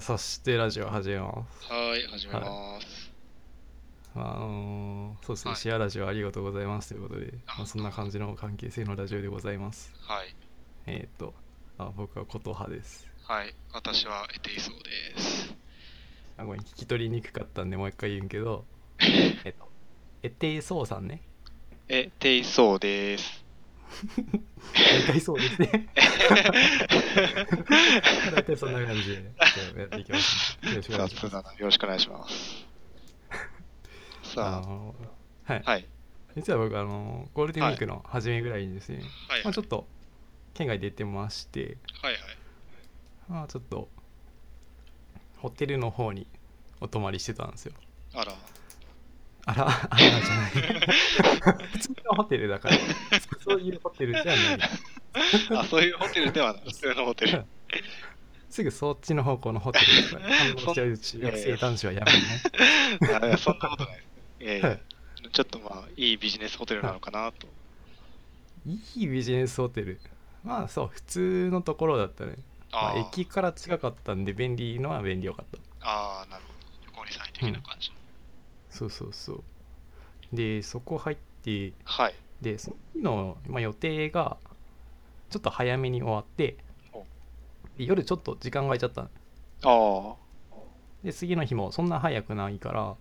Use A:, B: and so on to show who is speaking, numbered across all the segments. A: そしてラジオ始めます。
B: はい、始めます。
A: まああのーそうですね、
B: はい
A: シェアラジオありがとうございますということで、
B: あ
A: まあ、そんな感じの関係性のラジオでございます。
B: はい、
A: えーっと、あ僕は琴葉です。
B: はい、私はエテイソーです。
A: あごめん、聞き取りにくかったんでもう一回言うんけど、えっと、えていそうさんね。
B: エテイソー です。
A: 大体そうですね。 大体そんな感じで、じゃあやっていきます、ね。よろしくお願いします。
B: だな。よろしくお願いします。
A: あ
B: さ
A: のーはい
B: あ、、はい、
A: 実は僕、あのーゴールデンウィークの初めぐらいにですね、
B: はい、
A: ま
B: は
A: あ、
B: い
A: ちょっと県外出てまして、
B: はい、
A: まあ、ちょっとホテルの方にお泊まりしてたんですよ
B: あら、
A: あらあらじゃない 普通のホテルだからそういうホテルじゃない
B: あ、そういうホテルではない、普通のホテル。
A: すぐそっちの方向のホテルとか反応しちゃう中学生男子はやめな
B: あいやそんなことないです。え
A: い、は
B: えちょっとまあ、いいビジネスホテルなのかなと。
A: い、いいビジネスホテルまあそう普通のところだったね、まあ
B: あー、
A: 駅から近かったんで便利のは便利よかった
B: あー、なるほど。旅行に最適な感じ。
A: そうそうそうでそこ入って
B: はい、
A: でその日の、まあ、予定がちょっと早めに終わって
B: お
A: で夜ちょっと時間が空いちゃったの
B: ああ、
A: で次の日もそんな早くないから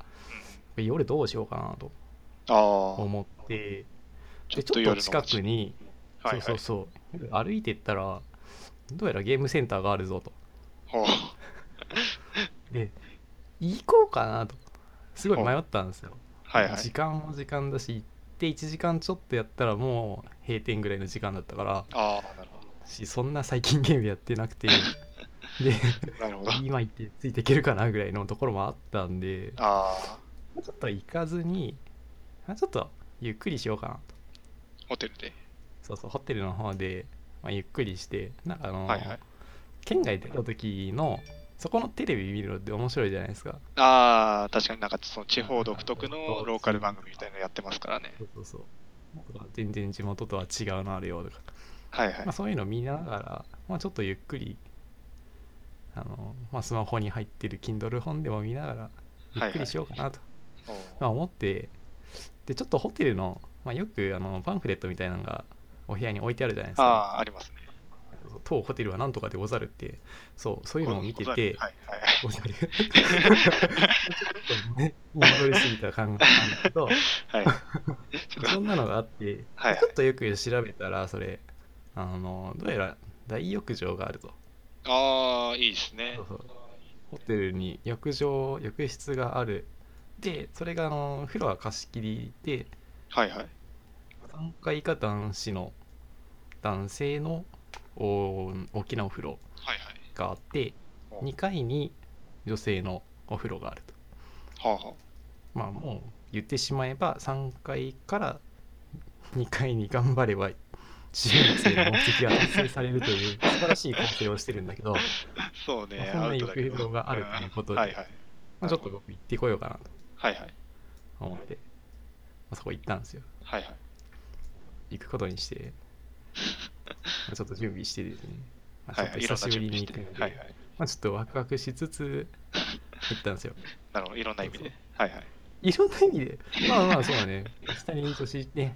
A: 夜どうしようかなと
B: ああ、
A: 思って
B: ちょ
A: で
B: っ
A: ち
B: と
A: ょっと
B: 夜の
A: 近
B: 街
A: く。に
B: はい、
A: そ
B: は
A: う
B: い。
A: そうそう夜歩いてったらどうやらゲームセンターがあるぞと
B: おう
A: で行こうかなとすごい迷ったんですよ
B: はい、は
A: 時
B: い。
A: 間も時間だし行って1時間ちょっとやったらもう閉店ぐらいの時間だったから
B: ああ、なるほ
A: しそんな最近ゲームやってな くてで
B: ど。なるほど。
A: 今行ってついていけるかなぐらいのところもあったんで
B: ああ、
A: ちょっと行かずにあちょっとゆっくりしようかなと
B: ホテルで。
A: そうそうホテルの方で、まあ、ゆっくりしてなんかあの、
B: はいはい。
A: 県外出た時のそこのテレビ見るのって面白いじゃないですか
B: ああ、確かになんかその地方独特のローカル番組みたいなのやってますからね。
A: そうそうそう全然地元とは違うのあるよとか、
B: はいはい
A: まあ、。そういうの見ながら、まあ、ちょっとゆっくりあの、まあ、スマホに入ってる Kindle 本でも見ながらゆっくりしようかなと
B: おう
A: まあ、思ってでちょっとホテルの、まあ、よくあのパンフレットみたいなのがお部屋に置いてあるじゃないです
B: あ
A: か
B: あ、ありますね。
A: 当ホテルはなんとかでござるってそうそういうのを見て
B: ござ
A: て
B: るはいはい。
A: ござるちょっとね 戻りすぎた感があるんだけど
B: はい。 ちょっと
A: そんなのがあって
B: はいはい
A: ちょっとよく調べたらそれあのどうやら大浴場があると
B: ああ、いいですね
A: そう。そうホテルに浴場浴室があるでそれがあの風呂は貸し切りで
B: はいはい。
A: 3階以下男子の男性のお大きなお風呂
B: はい
A: があって
B: はい。
A: 2階に女性のお風呂があると
B: はあは
A: まあもう言ってしまえば3階から2階に頑張れば自由生の目的が達成されるという素晴らしい構成をしてるんだけど、
B: あ。そうね、
A: そん
B: ア
A: な
B: ウ
A: 行
B: ト
A: 方
B: だけど。
A: があるということ
B: うん
A: で、
B: はいはい。
A: まあ、ちょっと僕行ってこようかな
B: はいはい。
A: と思って、まあ、そこ行ったんですよ
B: はいはい。
A: 行くことにして、 まあちょっと準備してですね、まあ、ち
B: は
A: ょ
B: い
A: っ
B: は
A: と
B: い。いろ
A: 久
B: んな
A: しぶり
B: 準備
A: に
B: し
A: 行
B: て
A: くの。で、
B: はいはい。
A: まあ、ちょっとワクワクしつつ行ったんですよ。
B: なるほど。いろんな意味で。はいはい。
A: いろんな意味で、まあまあそうだね、下に女子ね、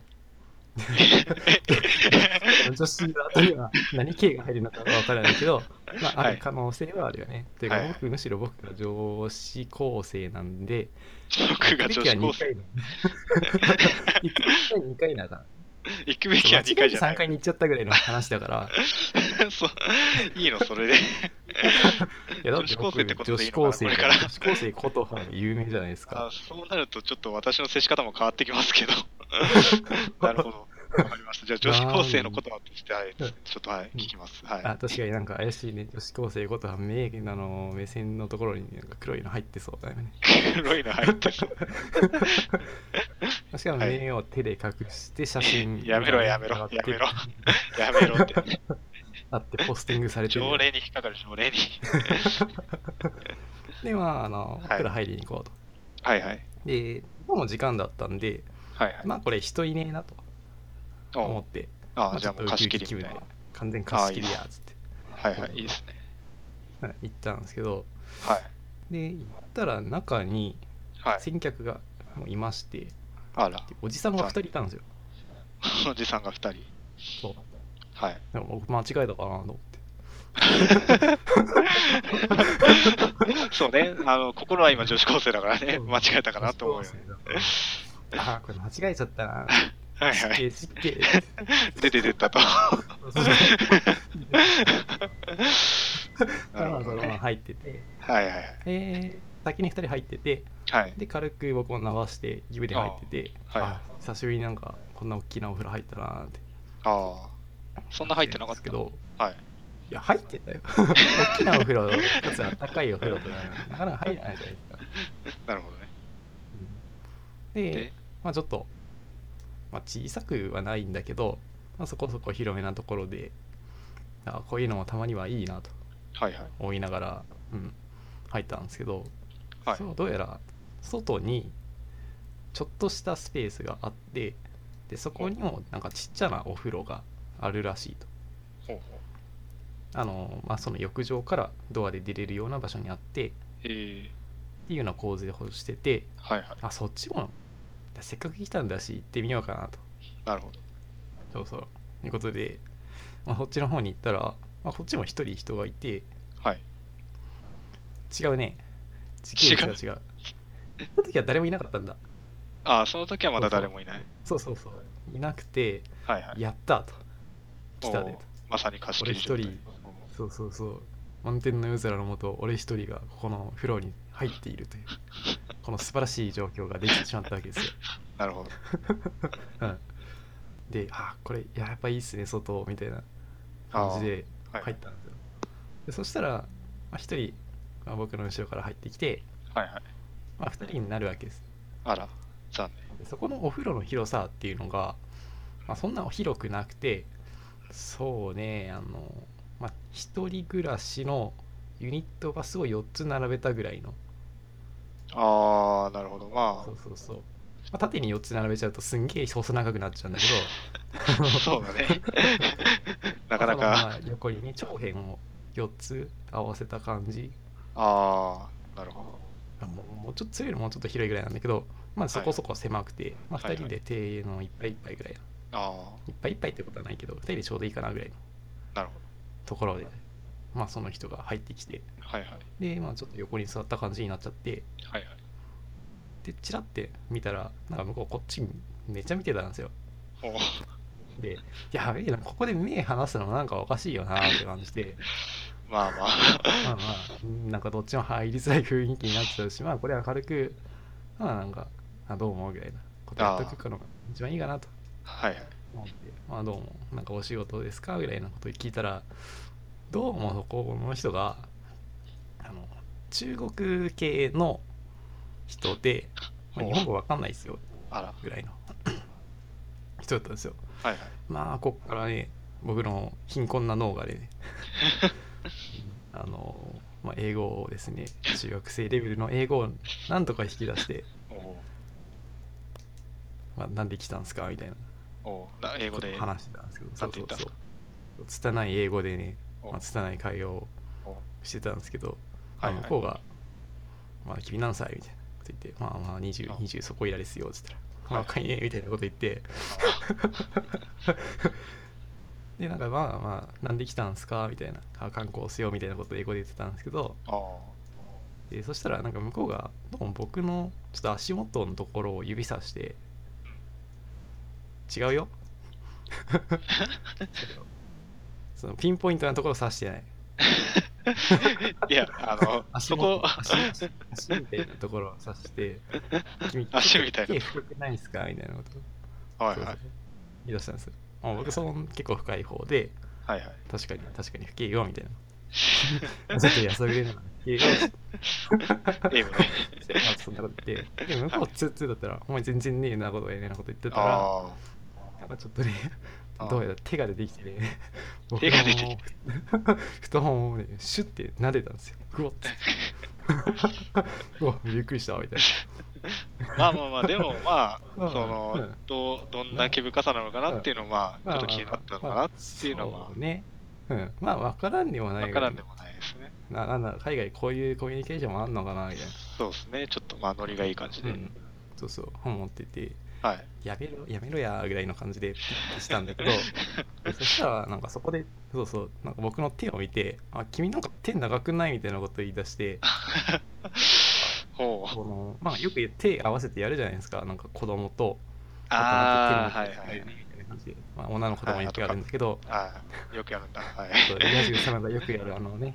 A: 女子の後には何系が入るのかは分からないけど、まあ、あ
B: はい
A: る可能性はあるよね。というか
B: はい、
A: 僕、むしろ僕が女子高生なんで、
B: 僕が
A: 行くべ
B: 女
A: きは
B: 子高
A: 2
B: 生。
A: 回な行くべきは2回なから。
B: 行くべきは2
A: 間違
B: 回
A: え
B: じ
A: て
B: ゃな
A: 3
B: い。
A: 回に行っちゃったぐらいの話だから。
B: そう。いいの、それで。
A: いやだって僕
B: 女子高生ってこと
A: 女
B: でい
A: 子
B: いのか
A: 高生
B: なこれから
A: 女子高生ことは有名じゃないです
B: あ
A: か。
B: そうなると、ちょっと私の接し方も変わってきますけ ど。なるほど。わかりました。じゃあ、女子高生のことはとして、はい、ちょっと、はい、聞きます。はい。
A: あ確かになんか怪しいね。女子高生ことは名あの目線のところになんか黒いの入ってそうだよね。
B: 黒いの入ってそう。
A: しかも
B: はい
A: 目を手で隠して写真
B: やめろやめろ
A: 上がって
B: やめろやめろって。
A: あってポスティングされて
B: 条
A: る。
B: 例に引っかかる、条例に。
A: でまああの
B: はい
A: 僕ら入りに行こうと。
B: はいはい。
A: でもう時間だったんで
B: はいはい。
A: まあこれ人いねえなと思
B: お
A: って。
B: あ
A: ま
B: あ、じゃあ
A: ちょっ
B: もう
A: とウ
B: 貸
A: キウキ
B: し切
A: 気
B: りみ
A: 分
B: たい
A: で
B: な。
A: 完全貸し切りやっつって。
B: はいはい、いいですね。
A: はい行ったんですけど
B: はい。
A: で行ったら中に
B: はい。
A: 先客がもういましてで
B: あら、
A: おじさんが2人いたんですよ
B: おじさんが2人。
A: そう
B: はい。
A: でも僕間違えたかなと思って
B: そうね、あの、心は今女子高生だからね、間違えたかなと思うよね。
A: ああこれ間違えちゃったな
B: はいはい。
A: 失敬失敬
B: 出て出 たと。
A: そうそう
B: なるほど
A: まあ
B: ね。
A: 入ってて、
B: はいはいはい。
A: えー先に2人入ってて
B: はい。
A: で軽く僕も流して指で入ってて
B: あはい
A: あ久しぶりになんかこんな大きなお風呂入ったなーって
B: ああ。そんな入ってなかった
A: け。ど
B: はい。
A: いや入ってたよ 大きなお風呂かつ暖かいお風呂とかなかなか入らないじゃないですか
B: なるほどね。
A: で
B: で、
A: まあちょっと、まあ、小さくはないんだけど、まあ、そこそこ広めなところであこういうのもたまにはいいなと
B: はいはい。
A: 思いながら、うん、入ったんですけど、
B: はい。
A: そうどうやら外にちょっとしたスペースがあってでそこにもなんかちっちゃなお風呂があるらしいと
B: ほうほう。
A: あの、まあ、その浴場からドアで出れるような場所にあってっ
B: ええ。
A: ていうような構図で保してて
B: はいはい。
A: あそっちもせっかく来たんだし行ってみようかなと
B: なるほど。
A: そうそうということで、まあ、こっちの方に行ったら、まあ、こっちも一人人がいて
B: はい。
A: 違うね違う違う違う違うその時は誰もいなかったんだ
B: ああ、その時はまだ誰もいない。
A: そうそうそういなくて
B: はいはい。
A: やったと来た
B: も
A: で
B: う
A: と
B: まさに貸し切
A: 俺
B: り状
A: 一
B: 態
A: 人そうそうそう満天の夜空のもと俺一人がここの風呂に入っているというこの素晴らしい状況ができてしまったわけですよ、
B: なるほど。
A: うん、であこれいややっぱいいっすね外みたいな
B: あ
A: 感じで
B: あは
A: 入っ
B: い
A: たんですよ、でそしたら、まあ、1人、まあ、僕の後ろから入ってきて、
B: はいはい。
A: まあ、2人になるわけです
B: あら、残
A: でそこのお風呂の広さっていうのが、まあ、そんな広くなくてそうねあの、まあ、1人暮らしのユニットバスを4つ並べたぐらいの
B: 念。ああ、なるほど。ま
A: そうそうそう、まあ、縦に4つ並べちゃうとすんげえ細長くなっちゃうんだけど
B: あ、そう だね。なかな
A: まあ
B: か。
A: まあ横にね長辺を4つ合わせた感じ
B: ああ、なるほど。
A: あもうもうちょっとそれよりもうちょっと広いぐらいなんだけど、まあ、そこそこ狭くて、まあ、
B: はいはい
A: 2人で庭園のいっぱいいっぱいぐらいの、
B: あ
A: い、っぱいいっぱいってことはないけど2人でちょうどいいかなぐらいの
B: あ、なるほ
A: ところで、まあ、その人が入ってきて
B: ど。はいはい。
A: で、まあ、ちょっと横に座った感じになっちゃって
B: はいはい。
A: でチラって見たらなんか向こうこっちめっちゃ見てたんですよ
B: おう
A: でやべえなここで目離すのなんかおかしいよなって感じで
B: まあまあ。
A: まあまあなんかどっちも入りづらい雰囲気になっちゃうしまあこれ明るくまあなんかあどう思うぐらいなことやっとくのが一番いいかなと
B: はいはい。
A: 思ってまあどうも、なんかお仕事ですかぐらいのこと聞いたら、どうもそこの人が、あの、中国系の人で、まあ
B: お
A: 日本語わかんないですよ、
B: あら、
A: ぐらいの 人だったんですよ。
B: はいはい。
A: まあ、こっからね、僕の貧困な脳がね、あの、まあ、英語をですね、中学生レベルの英語をなんとか引き出して、
B: おう
A: まあ、なんで来たんですかみたいな。
B: おうな英語で。
A: 話してたんですけど、そう
B: なんて
A: そう
B: 言った
A: そう。拙い英語でね、
B: おう
A: まあ、拙い会話を
B: おう
A: してたんですけど、
B: はい
A: まあ向
B: はい
A: こうが、まあ、君何歳みたいなこと言って、まあまあ20、
B: あ
A: 20そこいらですよって言ったら、まあ
B: はい
A: 若いねみたいなこと言 って、で、なんかまあまあ、なんで来たんですかみたいな、あ観光しようみたいなことを英語で言ってたんですけど、
B: ああ。
A: でそしたらなんか向こうが、どうも僕のちょっと足元のところを指さして、違うよ。 そのピンポイントなところを指してない。
B: いや、あの、
A: 足
B: そ
A: 元
B: こ、
A: 足足足みたいなところを指して、君
B: 足みたいな
A: 手太くないですかみたいなことを
B: はい
A: そう
B: は
A: そう
B: い。
A: 言い出したんですよ。あ僕、その結構深い方で、
B: はいはい。
A: 確かに、確かに不敬よ、みたい な。ちょっと安売れながら不敬よって
B: 英語で。
A: 言って、まあ、そんなこと言 って、で向こう、ツーツーだったら、お前全然ねえなことやねえなこと言ってたら、
B: あ
A: なんかちょっとね、
B: あ。
A: どうやら手が出てきてね、
B: 手が出てきて
A: 僕の太ももをね、シュッて撫でたんですよ。うわっ つって。うわ、びっくりした、みたいな。
B: まあまあまあ、でもま
A: うん
B: あ、その、どう、どんな毛深さなのかなっていうのをまあ、ちょっと気になったのかなっていうのは、
A: そうね。うん、まあ、わからんでもない
B: わ
A: よね
B: からんでもないですね。
A: ななんだ海外こういうコミュニケーションもあんのかなみたいな
B: そうですね。ちょっとまあノリがいい感じ
A: う
B: で。
A: ん、そうそう本持ってて
B: はい。
A: やめろやめろやぐらいの感じでピッてしたんだ けどそしたらなんかそこでそうそうなんか僕の手を見て「あ君なんか手長くない?」みたいなこと言い出して
B: ほう。
A: この、まあ、よく手合わせてやるじゃないですかなんか子供と
B: ああ、
A: あ
B: は
A: と
B: い
A: なんか
B: は
A: 手
B: い
A: に。みたいな感じでまあ、女の子ともよくやるんだけど、
B: ああ、よくやるんだ。はい。
A: そうリア充サナダよくやるあの ね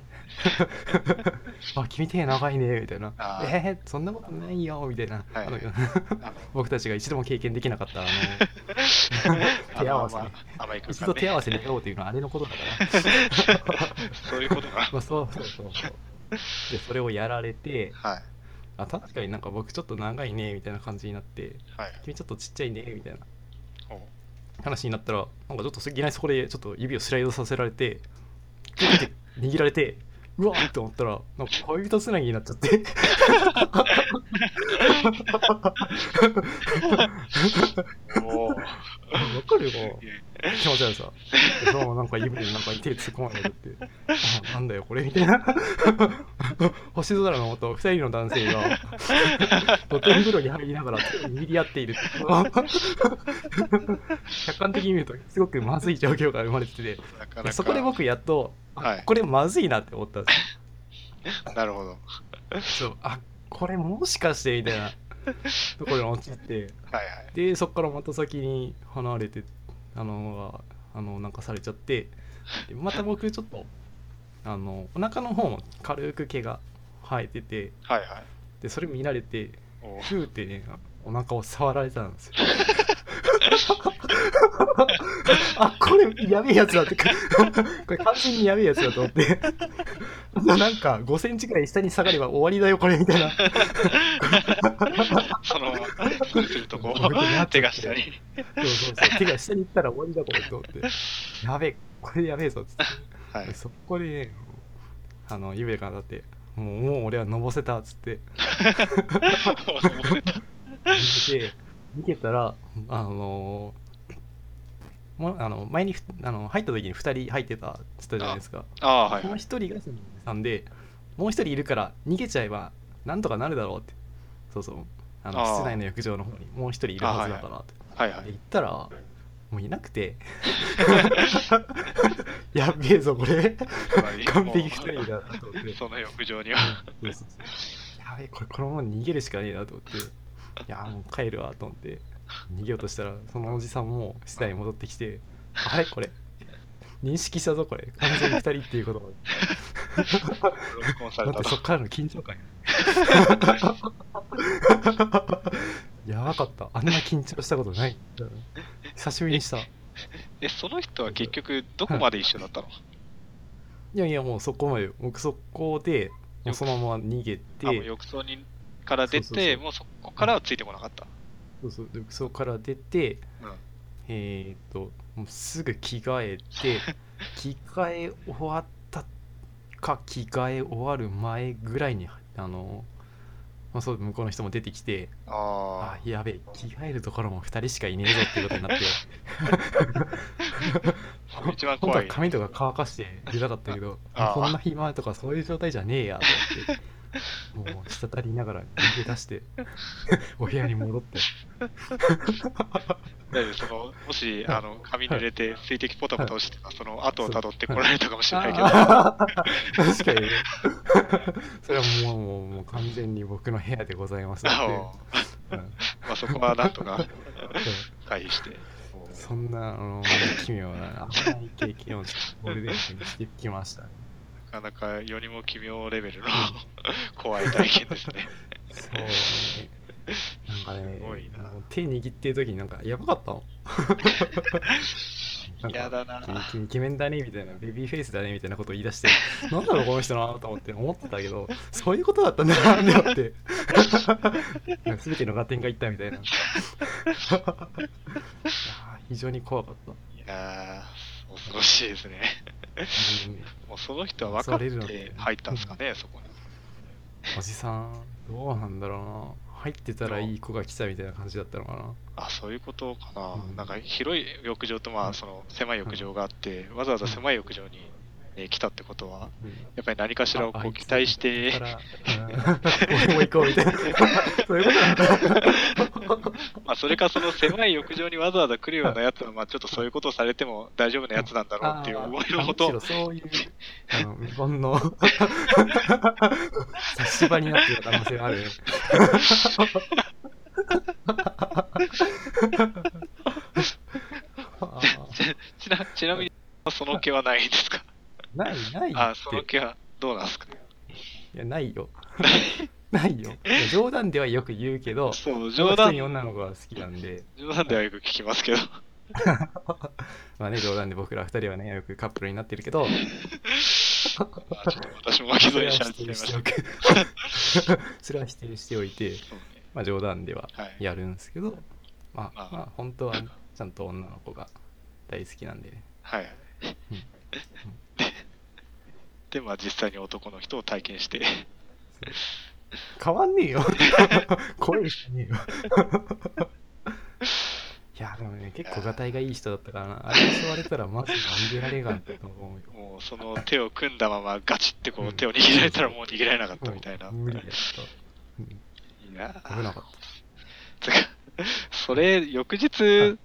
A: あ君手長いねみたいな
B: あー
A: えー、そんなことないよみたいな、
B: はい
A: あの
B: あの
A: 僕たちが一度も経験できなかっ たあの 手合わせね
B: あのあまあ、甘い空
A: 一
B: 間
A: 度
B: ね
A: 手合わせでやろうというのはあれのことだから
B: そういう ことか。
A: まあそうそうそうそうでそれをやられて
B: はい。
A: あ確かになんか僕ちょっと長いねみたいな感じになって
B: はい。
A: 君ちょっとちっちゃいねみたいな
B: ほう。
A: 話になったらなんかちょっといきなりそこでちょっと指をスライドさせられてグッて握られてうわーって思ったらなんか恋人つなぎになっちゃって
B: おー
A: わかるよ気持ち悪さでそのままなんか指でなんか手突っ込まれてってあなんだよこれみたいな星空の元2人の男性が露天風呂に入りながら手を握り合っているっていう客観的に見るとすごくまずい状況が生まれてて
B: なかな
A: で
B: か。
A: そこで僕やっと、あ
B: はい
A: これまずいなって思ったんで
B: なるほど。
A: すよそうあこれもしかしてみたいなところに陥って
B: はい
A: でそこからまた先に離れてあのあのなんかされちゃってでまた僕ちょっとあのお腹の方も軽く毛が生えてて
B: はい。はいはい。
A: でそれ見られて
B: おー
A: ふーってねお腹を触られたんですよあこれやべえやつだってこれ完全にやべえやつだと思ってもうなんか5センチくらい下に下がれば終わりだよこれみたいな
B: そのまま、スルスルとこ
A: 僕になっ
B: う、
A: ちゃって
B: 手が下に。
A: そうそうそう手が下に行ったら終わりだこれと思ってやべえこれやべえぞっつって
B: は い
A: で。そこで、ね、あの夢がだってもうもう俺はのぼせたっつって見て見てたらあのーもうあの前にふあの入った時に2人入ってたって言ったじゃないですか、
B: あ あ、はい
A: この
B: は
A: 1
B: い。
A: 人がさんでもう1人いるから逃げちゃえばなんとかなるだろうってそうそうあの
B: あー
A: 室内の浴場の方にもう1人いるはずだからって、
B: はいは
A: で
B: い。
A: 行ったらもういなくて やっべえぞこれ完璧2人だなと思って
B: その浴場 には。
A: そうそうそうやべえこれこのまま逃げるしかねえなと思っていやもう帰るわと思って逃げようとしたらそのおじさんも室内に戻ってきてあれこれ認識したぞこれ完全に2人っていうことを
B: 録音さ
A: だ
B: れ
A: ったて
B: と
A: そ。っからの緊張感 ややばかったあんな緊張したことない久しぶりにしたい
B: え、その人は結局、どこまで一緒だったの
A: やいやもうそこまで僕そこでもうそのまま逃げて
B: あ、もう浴槽にから出
A: そうそうそ
B: て、
A: う
B: もうそこからはついてこなかった。
A: そうそうでそこから出て
B: うん
A: えーっともうすぐ着替え て着替え終わったか着替え終わる前ぐらいにあの、まあ、そう向こうの人も出てきて
B: あ
A: あやべえ着替えるところも2人しかいねえぞっていうことになって
B: あ、 一番
A: 本当
B: 怖。
A: はい髪とか乾かして出たかったけど
B: ああ
A: こんな暇とかそういう状態じゃねえやと思ってもう滴りながら逃げ出して お部屋に戻って
B: 大丈夫そのもし、
A: はい
B: あの髪濡れて水滴ポタポタ落ちてたら、その後を
A: そう
B: たどってこられたかもしれないけど、
A: あー確 かにねそれはもうもうもう完全に僕の部屋でございます
B: あ
A: の
B: の
A: で、うん
B: まあ、そこはなんとか回避して、
A: そんなあの奇妙な危ない経験をちょっとゴールデンウィークにしてきましたね
B: なかなか世にも奇妙レベルの怖い体験ですね。
A: そうねなんかね
B: すごいな
A: あの手握ってる時になんかやばかった のなんか
B: 嫌だな。
A: 君君イケメンだねみたいなベビーフェイスだねみたいなことを言い出してなんだろうこの人なと思って思ってたけどそういうことだったんだなって思って なんか全ての合点がいったみたいな いやー非常に怖かった、
B: いやー、恐ろしいですね。
A: うん
B: もうその人は分かっ
A: 恐れる
B: て
A: な
B: 入ったんですかね、そこに。
A: おじさんどうなんだろうな入ってたらいい子が来たみたいな感じだったのかな
B: あ、そういうことかな。
A: うん
B: なんか広い浴場と、ま
A: う
B: あ、
A: ん
B: その狭い浴場があって、わざわざ狭い浴場にえー来たってことは、
A: うん
B: やっぱり何かしらをこ
A: ああいうつ
B: 期待して、
A: ここからうん もう行こうみたいな。そういうことなんだ。
B: まあ、それかその狭い浴場にわざわざ来るようなやつは、まあ、ちょっとそういうことをされても大丈夫なやつなんだろうっていう思いの
A: あ
B: も
A: ー
B: と
A: む、しろそういうあの日本の 差し場になってる可能性がある。 あー
B: ちなちなみにその気はないですか
A: ないないって
B: あその気はどうなんですか
A: いやないよないよいや冗談ではよく言うけど
B: そう、冗
A: 冗談に
B: 談、
A: 女の子が好きなんで
B: 冗談ではよく聞きます けど、
A: まあね冗談で僕ら二人はねよくカップルになってるけ ど
B: まあちょっと私も巻き
A: そ
B: 添え
A: れ
B: に
A: は
B: しちゃっ
A: 否定
B: てまし
A: してお
B: たけど。
A: くそれは否定しておいて
B: そうね
A: まあ冗談では
B: はい
A: やるんですけどまあ
B: まあ
A: まあ本当はちゃんと女の子が大好きなんでね
B: はい。
A: うん
B: でで、まあ実際に男の人を体験して、
A: 変わんねえよ 声しかねえよ いやでもね結構がたいがいい人だったからなあれ座れたらマジ逃げられがんって思うよ
B: もうその手を組んだままガチってこ
A: う
B: うん手を握られたらもう逃げられなかったみたいな。
A: 無理だった、うん、
B: いやー
A: 危なかった
B: つかそれ、翌日、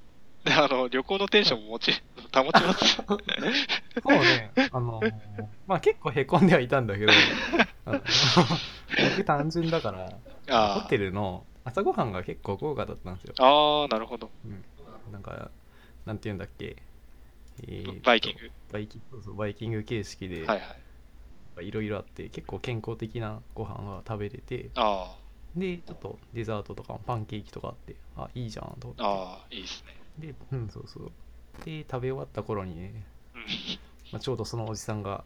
B: あの、旅行のテンションも持ち、保 ちます。
A: そうね、あのーまあ結構へこんではいたんだけど、あの僕単純だから、
B: あ
A: ホテ
B: ー
A: ルの朝ごはんが結構豪華だったんですよ。
B: あー、なるほど。
A: なんか、なんていうんだっけ、えーと
B: バイキン
A: バイキング。そうそうバイキング形式で
B: グ。はいはい。
A: いろいろあって、結構健康的なご飯が食べれて、
B: あ
A: で、ちょっとデザートとかもパンケーキとかあって、あ、いいじゃんと思っ
B: あ、ああ、いいですね。
A: て。で、うん、そうそう。で、食べ終わった頃にね、
B: うん
A: まあ、ちょうどそのおじさんが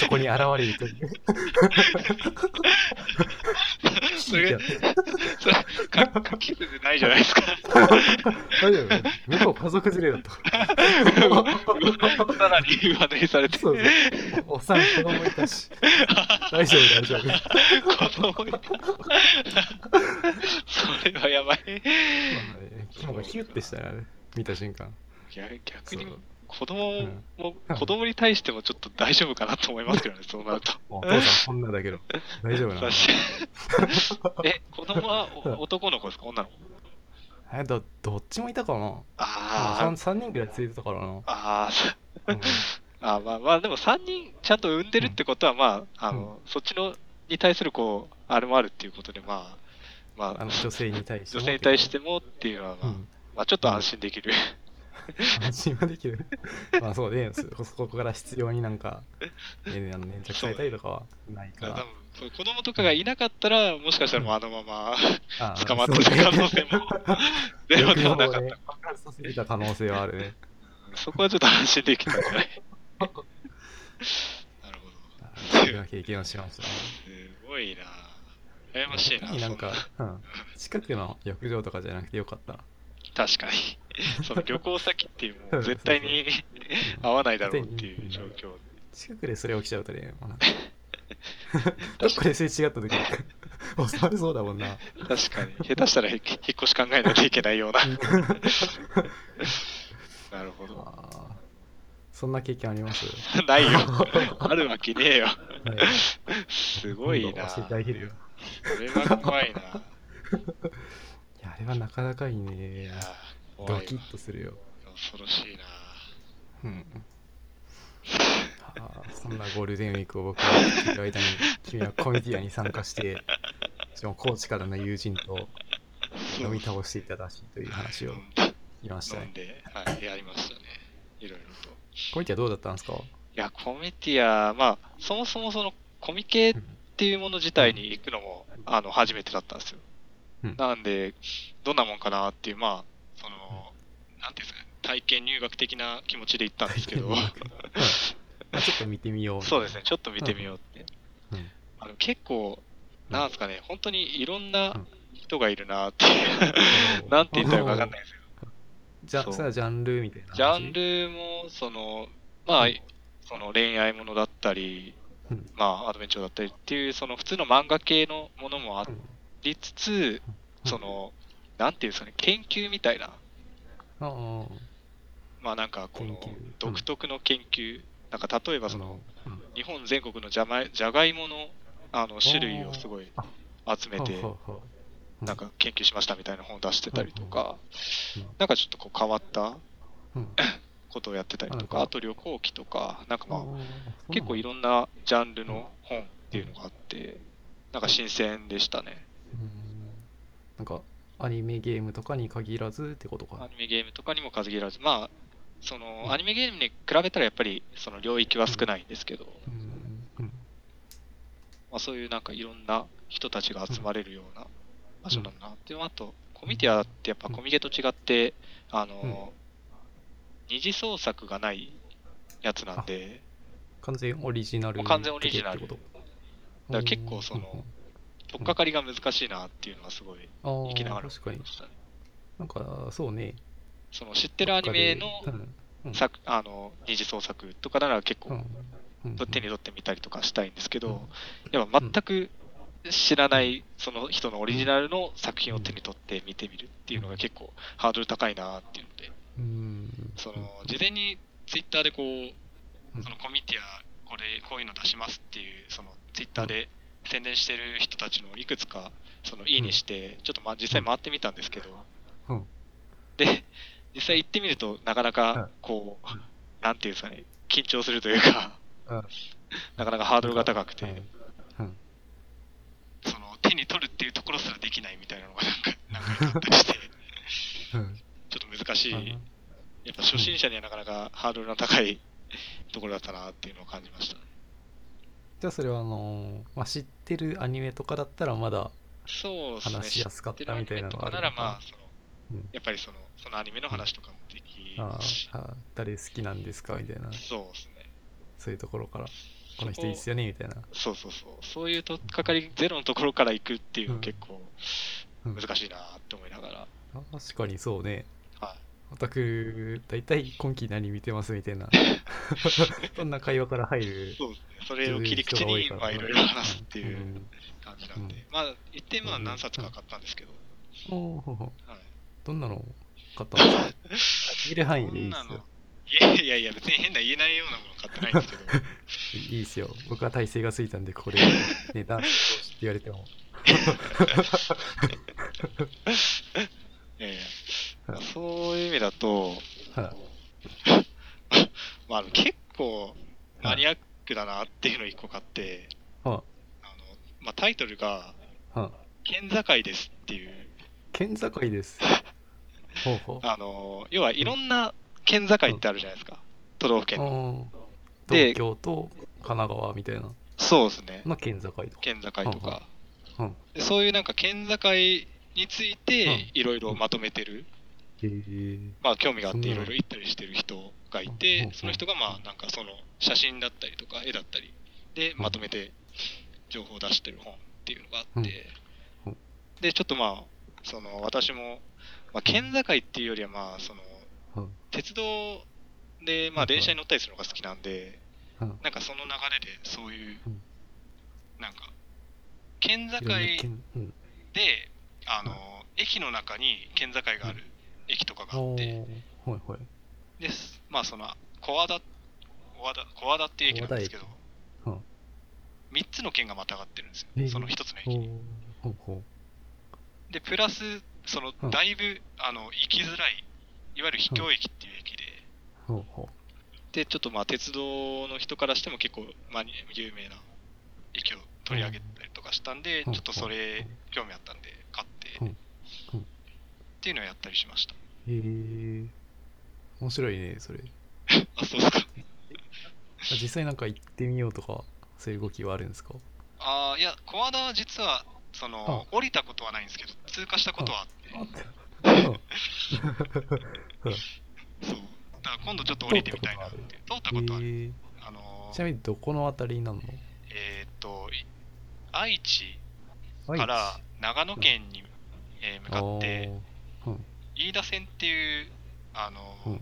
A: そこに現れるという。
B: それそれ、かかき傷でないじゃない ですか。
A: 大丈夫向こう家族連れだったから。
B: さらに上塗りされて、
A: そ
B: 子
A: うそう。おおっさん子供いたし。大丈夫大丈夫。
B: 供いた。それはやばい。
A: 昨日がヒュッてしたら、ね、見た瞬間。
B: いや逆
A: そう
B: に子供も、
A: うん
B: 子供に対してもちょっと大丈夫かなと思いますけどね、そうなると。
A: お父さんこんなだけど、大丈夫なの
B: 確かにえ、子供はお男の子ですか、女の子
A: えどどっちもいたかな
B: あ
A: 3, 人ぐらい連れてたからな。うん
B: あ、あーあー、まあまあ、でも3人ちゃんと産んでるってことは、まあ、あのそっちのに対するこう、あれもあるっていうことで、まあ、ま
A: あ
B: あ
A: の、女性に対して
B: 女
A: も。
B: 性に対してもっていうのは、ま
A: う
B: あ
A: ん
B: まあ、ちょっと安心できる。
A: 安心はできる。まあそうで、そここから必要になんか、ね、あの粘着されたりとかはないか
B: 多分
A: ら。
B: そう子供とかがいなかったら、もしかしたらもうあのまま
A: あー
B: 捕まってた可能性もゼロ
A: 欲
B: で
A: 望
B: は
A: を
B: なかっ
A: ね、爆発させてた可能性はあるね。
B: た。そこはちょっと安心で きたんじゃないなるほど。
A: あーそういう経験をしましたね。
B: すごいな。羨ましいな。
A: 特になんか、うん、近くの浴場とかじゃなくてよかったな。
B: 確か に。その旅行先っていう、もう絶対に合わないだろうっていう状況。
A: 近くでそれ起きちゃうとね、もうなん かどこですれ違った時に、 襲われそうだもん な。
B: 確かに。下手したら引っ引っ越し考えないといけないような。 なるほど。
A: あーそんな経験あり ます、
B: ない よ。あるわけねえよ。
A: はい
B: すごいな。
A: 今度教
B: そ
A: えてあげるよ。
B: れは怖いな。
A: いや、あれはなかな かいい
B: い
A: ね
B: や。
A: ド
B: 怖いわ
A: キッとするよ。
B: 恐ろしいな。
A: うん。あーそんなゴールデンウィークを僕が生きている間に、君はコミュニティアに参加 して、しかもコーチからの友人と飲み倒していたらしいという話を聞きました
B: 飲ん
A: ね。
B: で、はい、やりましたね。いろいろと。
A: コミュニティアどうだったんですか
B: いや、コミティア、まあ、そもそもそのコミケっていうもの自体に行くのも、あの、初めてだったんですよ。
A: うん
B: なんで、どんなもんかなっていう、まあ、その、なんていうんですかね、体験入学的な気持ちで行ったんですけど
A: 体、験入まあちょっと見てみよう。
B: そうですね、。ちょっと見てみようって。
A: うん
B: あの結構、なんですかね、本当にいろんな
A: うん
B: 人がいるなっていう、 なんて言ったらいいかわかんないですけど
A: じゃ
B: そう
A: それはジャンルみたいな話。
B: ジャンルも、その、まあ、その恋愛ものだったり
A: うん、
B: まあ、アドベンチャーだったりっていう、その普通の漫画系のものもあ
A: うん
B: りつつ、その、なんていうんですかね、研究みたいな、
A: ああ、
B: まあなんかこの
A: 研究うん
B: 独特の研究なんか例えばその、
A: うん
B: 日本全国のじゃまいじゃがいものあの種類をすごい
A: あ
B: 集めて
A: ほうほうほう
B: なんか研究しましたみたいな本を出してたりとか
A: うんうん
B: なんかちょっとこう変わった
A: うん
B: ことをやってたりと
A: うん
B: かあと旅行記とかなんかま
A: あーそう
B: あ
A: なんだ
B: 結構いろんなジャンルの本っていうのがあってなんか新鮮でしたね
A: うんなんかアニメゲームとかに限らずってこと
B: ア
A: か。
B: ニメゲームとかにも限らずまあそのアニメゲームに比べたらやっぱりその領域は少ないんですけど
A: うんうん
B: まあ、そういうなんかいろんな人たちが集まれるような場所なんだなっていうのあとコミティアってやっぱコミケと違ってあの、
A: うん
B: 二次創作がないやつなんで
A: 完全オリジナル
B: もう完全オリジナ
A: っ
B: ル
A: てこと
B: だから結構その取っかかりが難しいなっていうのはすごい
A: うんうん
B: 生きな
A: あ
B: が
A: あ
B: ら
A: 確かに
B: 思いましたね
A: なんかそうね
B: その知ってるアニメの
A: うんうん
B: 作あの二次創作とかなら結
A: う
B: 構
A: んうん
B: 手に取ってみたりとかしたいんですけ
A: うん
B: どやっぱ全く知らないその人のオリジナルの作品を手に取って見てみるっていうのが結構ハードル高いなっていうので
A: うん
B: その事前にツイッターでこ
A: うん
B: うそのコミティアこれこういうの出しますっていうそのツイッターで宣伝してる人たちのいくつかそのいいねしてちょっとま実際回ってみたんですけど、
A: うん
B: で実際行ってみるとなかなかこう、なんていうんですかね緊張するというか、
A: うん
B: なかなかハードルが高くて、
A: うんうん
B: その手に取るっていうところすらできないみたいなのがなんか なんかあったりして
A: うん
B: ちょっと難しい
A: あの
B: やっぱ初心者にはなかなかハードルの高いところだったなっていうのを感じました。
A: じゃあそれはあのーまあ知ってるアニメとかだったらまだ
B: そうですね。
A: 話しやすかったみたいなの
B: 知ってるアニメと
A: があ
B: か
A: る
B: な
A: の
B: ら、
A: か
B: まあ、その
A: うん
B: やっぱりそのそのアニメの話とかもでき
A: あ
B: るし、
A: ーあー誰好きなんですかみたいな
B: そうですね。
A: そういうところからこの人いいっす
B: よ。
A: よねみたいな
B: そうそうそう。そういうとっかかりゼロのところから行くっていうのは結構
A: うん
B: 難しいなって思いながら、
A: 確かにそうね
B: は
A: オタク大体今期何見てますみたい なそんな会話から入
B: い。
A: る
B: そうですね。それを切り口に、まあ、いろいろ話すっていうん感じなんで、
A: うん
B: まあ、一定まあ
A: うん
B: 何冊か買ったんですけど、
A: おーほうほう
B: はい。
A: どんなの買ったんですか見る範囲でいいですよ。
B: そんなのいやいやいや、別に変な言えないようなもの買ってないんですけど。
A: いいですよ。僕は体勢がついたんで、 これ、ね、ダンスどうしって言われても。
B: いやいや
A: はい
B: そういう意味だと、
A: はい
B: まあ、あの結構マニアックだなっていうのを1個買って、
A: は
B: あのまあ、タイトルが
A: いはい
B: 「県境です」っていう
A: 県境です。ほうほう。
B: あの要はいろんな県境ってあるじゃないですか、都道府県の
A: うん
B: で
A: 東京と神奈川みたいな
B: そうですね
A: の県境とか。
B: 県境とか、
A: うんうん
B: でそういうなんか県境についていろいろまとめてる、
A: へー
B: まあ、興味があって
A: そん
B: い
A: なの
B: ろいろ行ったりしてる人がい
A: うんうん
B: て
A: うん、
B: その人がまあなんかその写真だったりとか絵だったりでまとめて情報を出してる本っていうのがあって
A: うんうん、
B: で、ちょっとまあ、その私も、まあ、県境っていうよりはまあ、その
A: うん
B: 鉄道でまあ電車に乗ったりするのが好きなんで
A: うん、
B: なんかその流れでそういう
A: うん、
B: なんか、県境
A: いろんな県うん
B: で、あの、駅の中に県境がある駅とかがあ
A: お
B: って、
A: ーはいはい。
B: です。まあその、小和田、小和田、小和田っていう駅なんですけど、
A: 小和田
B: 3つの県がまたがってるんですよ、
A: えー
B: その1つの駅
A: お
B: に。
A: ーほうほ
B: で、プラス、その
A: うん、
B: だいぶ、あの、行きづらい、いわゆる秘境駅っていう駅で、
A: う。ほうほ
B: で、ちょっとまあ鉄道の人からしても結構、まあ、に有名な駅を取り上げたりとかしたんで、
A: うん
B: ちょっとそれ、興味あったんで、買って、
A: うんうん
B: っていうのをやったりしました。
A: う。へえ。面白いね、それ。
B: あ、そうですか。
A: 実際なんか行ってみようとかそういう動きはあるんですか
B: あーいや、小和田は実は、その、降りたことはないんですけど、通過したことはあって、そう。だから今度ちょっと降りてみたいなって。通った
A: え
B: ことある。
A: ー
B: あのー
A: ちなみにどこの辺りなの
B: えーっと、い愛知
A: 愛
B: から長野県に、えー向かって、
A: あーうん
B: 飯田線っていう、あのー
A: うん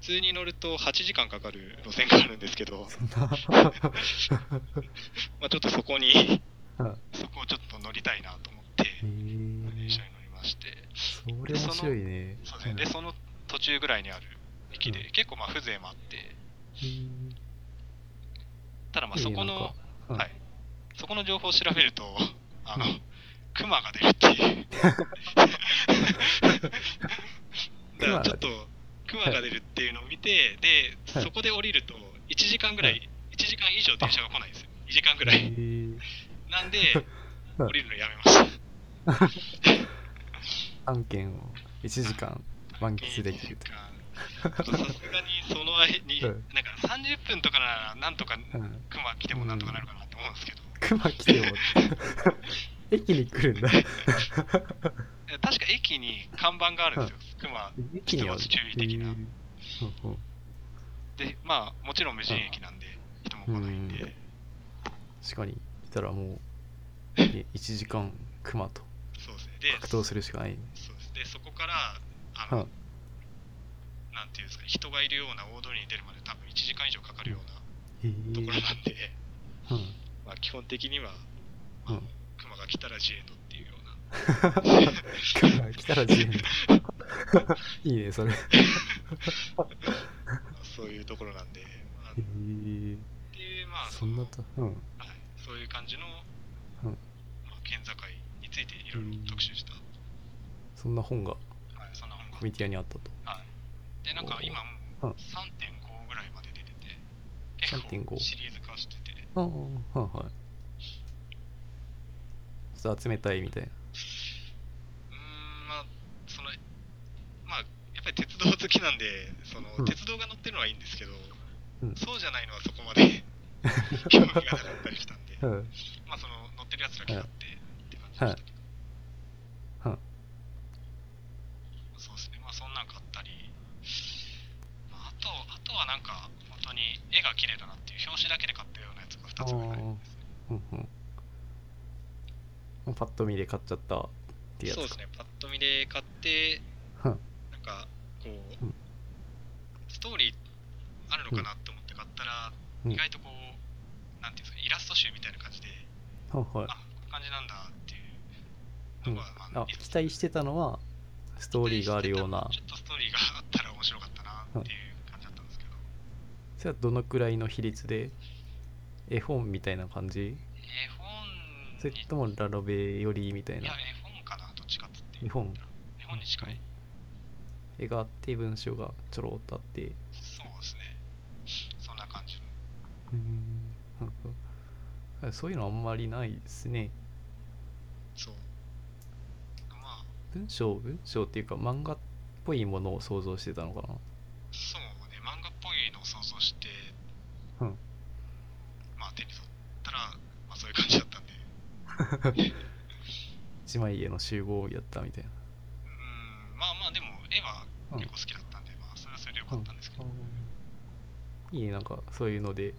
B: 普通に乗ると8時間かかる路線があるんですけど、
A: そんな
B: まあちょっとそこに、
A: うん
B: そこをちょっと乗りたいなと思って、
A: え
B: 電
A: ー
B: 車に乗りまして、
A: それ面白いね
B: そうですね。で、その途中ぐらいにある駅で、結構まあ風情もあって、
A: うん
B: ただまあそこ
A: いいなん
B: の
A: か、うん
B: はい、そこの情報を調べると、あの、クマが出るっていう。 だからちょっと、クマが出るっていうのを見て、
A: は
B: で、
A: い
B: そこで降りると、1時間ぐら、
A: はい
B: 1時間以上電車が来ないんですよ。1時間ぐらい。
A: ー
B: なんで、
A: はい
B: 降りるのやめました。
A: 案件を1時間満喫できると。
B: さすがにその間に、
A: う
B: なん
A: ん
B: か30分とかなら、なんとか
A: うん、
B: クマ来てもなんとかなるかなって思うんですけど、
A: 熊来ても駅に来るんだ。
B: え確か駅に看板があるんですよ、クマ。
A: 駅には
B: 出没注意的
A: へ
B: な
A: ーうんうん
B: で、まあ、もちろん無人駅なんで、人も来ないん
A: うん
B: で、
A: 確かにいたらもう ね1時間熊と
B: そうですね。で、
A: 格闘するしかない。
B: そうですでそこから、あ
A: うん
B: の、なんていうんですか、人がいるような大通りに出るまで多分1時間以上かかるような
A: へ
B: と
A: ー
B: ころなんで、
A: うん
B: まあ、基本的には、
A: う
B: あの
A: ん
B: クマが来たら自衛のっていうような。
A: 熊来たら 自由 にいいねそれ。へ
B: そういうところなんで、まあ、で、
A: ー
B: まあ、
A: そんな
B: そ
A: と。うん
B: のはい、そういう感じの、
A: うん
B: まあ、県境についていろいろ特集した、
A: そんな本が
B: はい、そんな本が
A: コミュニティアにあったと。
B: はい、で、なんか今
A: う
B: もうん3.5ぐらいまで出てて、結構
A: 3.5
B: シリーズ化してて、
A: ああ、はいはい。ちょっと集めたいみたいな。
B: うーん、まあ、その、まあ、やっぱり鉄道好きなんで、その、
A: うん
B: 鉄道が乗ってるのはいいんですけど、
A: うん
B: そうじゃないのはそこまで 興味がなかったりしたんで、
A: うん。
B: まあ、その、乗ってるやつら嫌って、って感じでしたけど。
A: はいはい
B: そうですね、まあ、そんなん買ったり、まあ、あと、あとはなんか、本当に絵が綺麗だなっていう、表紙だけで買ったようなやつが2つぐらいありますね。
A: うんうん。もうパッと見で買っちゃったってやつ
B: そうですね、パッと見で買って、
A: うん
B: なんか、こう、
A: うん
B: ストーリーあるのかなって思って買ったら、
A: うん
B: 意外とこう、なんていうんですか、イラスト集みたいな感じで、
A: はいはい
B: あ、こういう感じなんだっていう
A: う
B: の
A: ん
B: が、ま
A: あ
B: いろいろ
A: 期待してたのはストーリーがあるような
B: ちょっとストーリーがあったら面白かったなっていう感じだったんですけど、
A: それはどのくらいの比率で絵本みたいな感じ
B: 絵
A: そ
B: 本
A: れ
B: に、
A: ともラロベよりみたい
B: いや
A: な、
B: 絵本かな、どっちかっつって。
A: 絵本。
B: 絵本に近い。
A: 絵があって文章がちょろっとあって
B: そうですね。そんな感じの。
A: うんうんそういうのあんまりないですね
B: そう。まあ、
A: 文章文章っていうか漫画っぽいものを想像してたのかな
B: そうね、漫画っぽいのを想像して、
A: うん
B: まあ手に取ったら、まあそういう感じ だったんで、
A: 一枚絵の集合やったみたいな
B: うん、まあまあでも絵は結構好きだったんで、まあそれはそれでよかったんですけど、
A: いいねなんかそういうので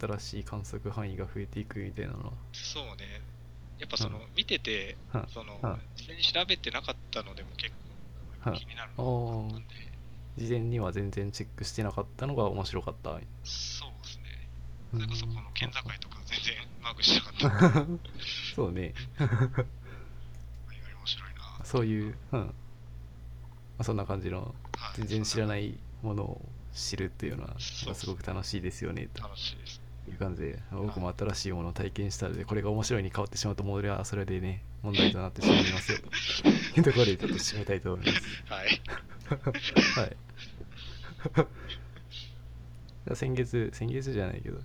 A: 新しい観測範囲が増えていくみたいなのは
B: そうね、やっぱその、見てて、
A: うん
B: その、
A: うん
B: 事前に調べてなかったのでも結
A: う
B: 構
A: ん
B: 気になるのがあったんで、
A: 事前には全然チェックしてなかったのが面白かった
B: そうですね。それこそこの県境
A: うん
B: とか全然マークしてなかった んで、
A: そうね
B: 意外に面白いな。
A: そういう、うんまあ、そんな感じの
B: はい
A: 全然知らないものを知るっていうのはまあすごく楽しいですよねと
B: 楽しいです。
A: いう感じで僕も新しいものを体験したのでこれが面白いに変わってしまうともうそれはそれでね問題となってしまいます よというところでちょっと締めたいと思います
B: はい。
A: はい。 先月、先月じゃないけど、
B: はい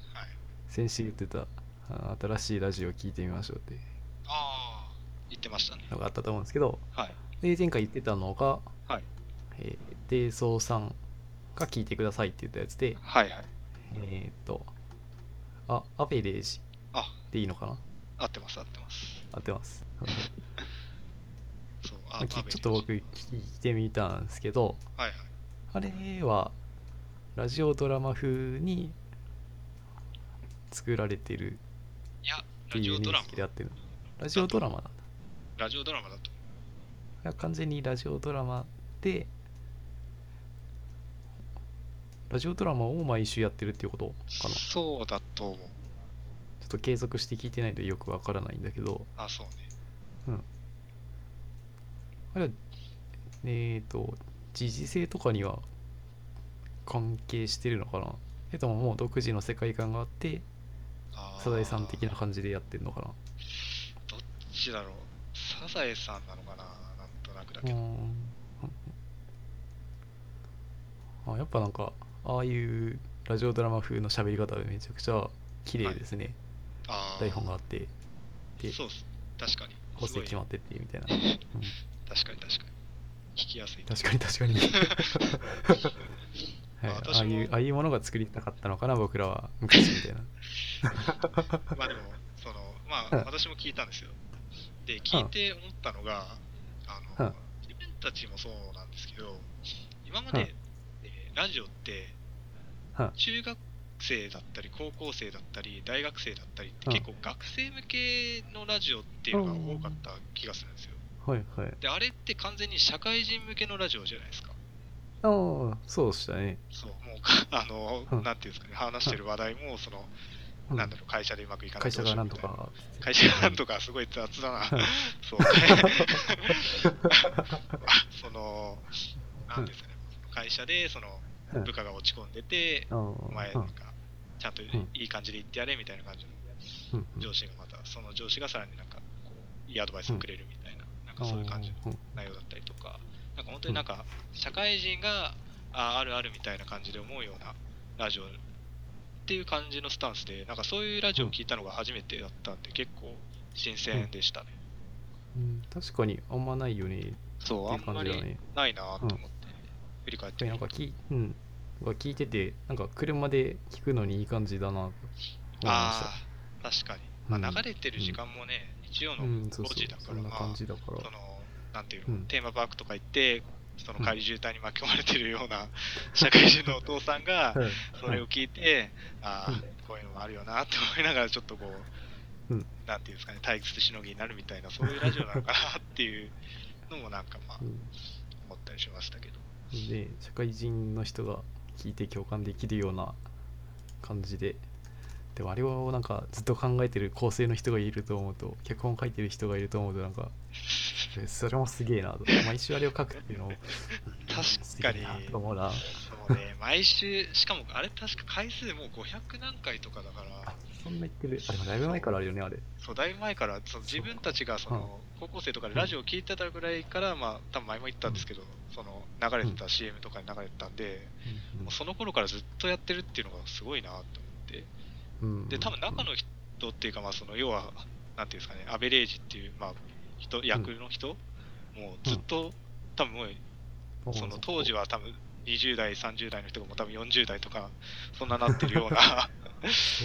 A: 先週言ってた、あの新しいラジオを聞いてみましょうって
B: ああ、言ってましたね。
A: のがあったと思うんですけど、
B: は
A: で、
B: い。
A: 前回言ってたのが、
B: はい。
A: えー、デイソーさんが聞いてくださいって言ったやつで、
B: はいはい。
A: えーっと、あ、アベレージ
B: あ、
A: でいいのかな
B: 合ってます合ってます。
A: 合ってます。
B: そう、
A: ま
B: あ
A: あきちょっと僕、
B: はい
A: 聞いてみたんですけど、
B: はい。
A: あれはラジオドラマ風に作られてる
B: いや、
A: って
B: ラジ
A: いう
B: オド
A: 認
B: ラ
A: 識であ
B: マ。
A: ってるラジオドラマなんだ
B: ラジオドラマだと。
A: いや完全にラジオドラマでラジオドラマを毎週やってるっていうことかなちょ
B: そうだと思う。
A: っと継続して聞いてないとよくわからないんだけど
B: あ、そうね。
A: あれはえっ、と時事性とかには関係してるのかなえっとももう独自の世界観があってサザエさん的な感じでやってんのかな
B: どっちだろうサザエさんなのかななんとなくだ
A: う
B: けど、
A: んあやっぱなんかああいうラジオドラマ風の喋り方めちゃくちゃ綺麗ですね、
B: ああ
A: 台本があってで
B: そうっす確かに
A: 個
B: す
A: 性
B: ごい
A: 決まってってみたいな、うん
B: 確かに確かに聞きやすい
A: 確かに確か に、はい、
B: まあ
A: あ
B: 私も
A: あいうああいうものが作りたかったのかな僕らは昔みた いな
B: まあでもそのまあ
A: うん
B: 私も聞いたんですよで聞いて思ったのがあ
A: うん
B: の自分たちもそうなんですけど今ま
A: うん
B: で、えーラジオって
A: うん
B: 中学生だったり高校生だったり大学生だったりって
A: うん
B: 結構学生向けのラジオっていうのが多かった気がするんですよ
A: はいはい
B: であれって完全に社会人向けのラジオじゃないですか
A: ああそうでしたね、
B: そうもうかあの、
A: うん
B: なんていうんですかね話してる話題もその、
A: うん
B: なんだろう会社でうまくいかない
A: 会社がなんと
B: どうしよ
A: か
B: うみたいな会社がなんとかすごい雑だな そうそのなんていうんですかね会社でその
A: うん
B: 部下が落ち込んでて、
A: ああ
B: お前
A: う
B: なん
A: ん
B: かちゃんとい
A: うん
B: い感じで言ってやれみたいな感じ
A: うん
B: の上司がまたその上司がさらになんかこういいアドバイスをくれるみたいな、なんかそういう感じの
A: うん
B: 内容だったりとか、なんか本当になんか社会人がああるあるみたいな感じで思うようなラジオっていう感じのスタンスで、なんかそういうラジオを聞いたのが初めてだったんで、結構新鮮でしたね。
A: うん確かにあんまないよね
B: そう、
A: っ
B: あ
A: ていうん感
B: ま
A: じだね
B: りないなと思って、振り返ってみ
A: なん
B: る
A: か
B: と
A: き、うん、なんか聞いてて、なんか車で聞くのにいい感じだなと思いまし
B: ああ、確かに。ま
A: うん
B: あ、流れてる時間もね、日曜
A: た。う
B: の
A: ん
B: 5、
A: そうそ
B: 時
A: う
B: だ、か
A: そ
B: ら、
A: んな
B: まあ
A: 感じだか
B: そ
A: ら。
B: の、なんていうの、
A: うん
B: テーマパークとか行って、その
A: うん
B: 帰り渋滞に巻き込まれてるような社会人のお父さんが、
A: はい
B: それを聞いて、あ
A: うん
B: あ、こういうのもあるよなって思いながら、ちょっとこう、
A: うん
B: なんていうんですかね、退屈しのぎになるみたいな、そういうラジオなのかなっていうのも、なんかまあ
A: う、ん
B: 思ったりしましたけど。
A: で、社会人の人が聞いて共感できるような感じで。でもあれをなんかずっと考えてる構成の人がいると思うと脚本書いてる人がいると思うとなんかえそれもすげえなと毎週あれを書くっていうのも
B: 確かに
A: すげえなと思うな
B: そうね、毎週、しかも、あれ確か回数もう500何回とかだから
A: あ、そんな言ってるあでもだいぶ前からあるよねあれ
B: そう、だいぶ前から、その
A: そう
B: 自分たちが、その、高校生とかでラジオを聞いてたぐらいから、まあ、多分前も言ったんですけど、その、流れてた CM とかに流れてたんで、もうその頃からずっとやってるっていうのがすごいなと思って。
A: うん
B: で多分中の人っていうか、まあ、その要はなんていうんですかねアベレージっていう、まあ、人役の人、もうずっと、多分もうその当時
A: は
B: は多分20代30代の人がもう多分40代とかそんななってるよ うな
A: そ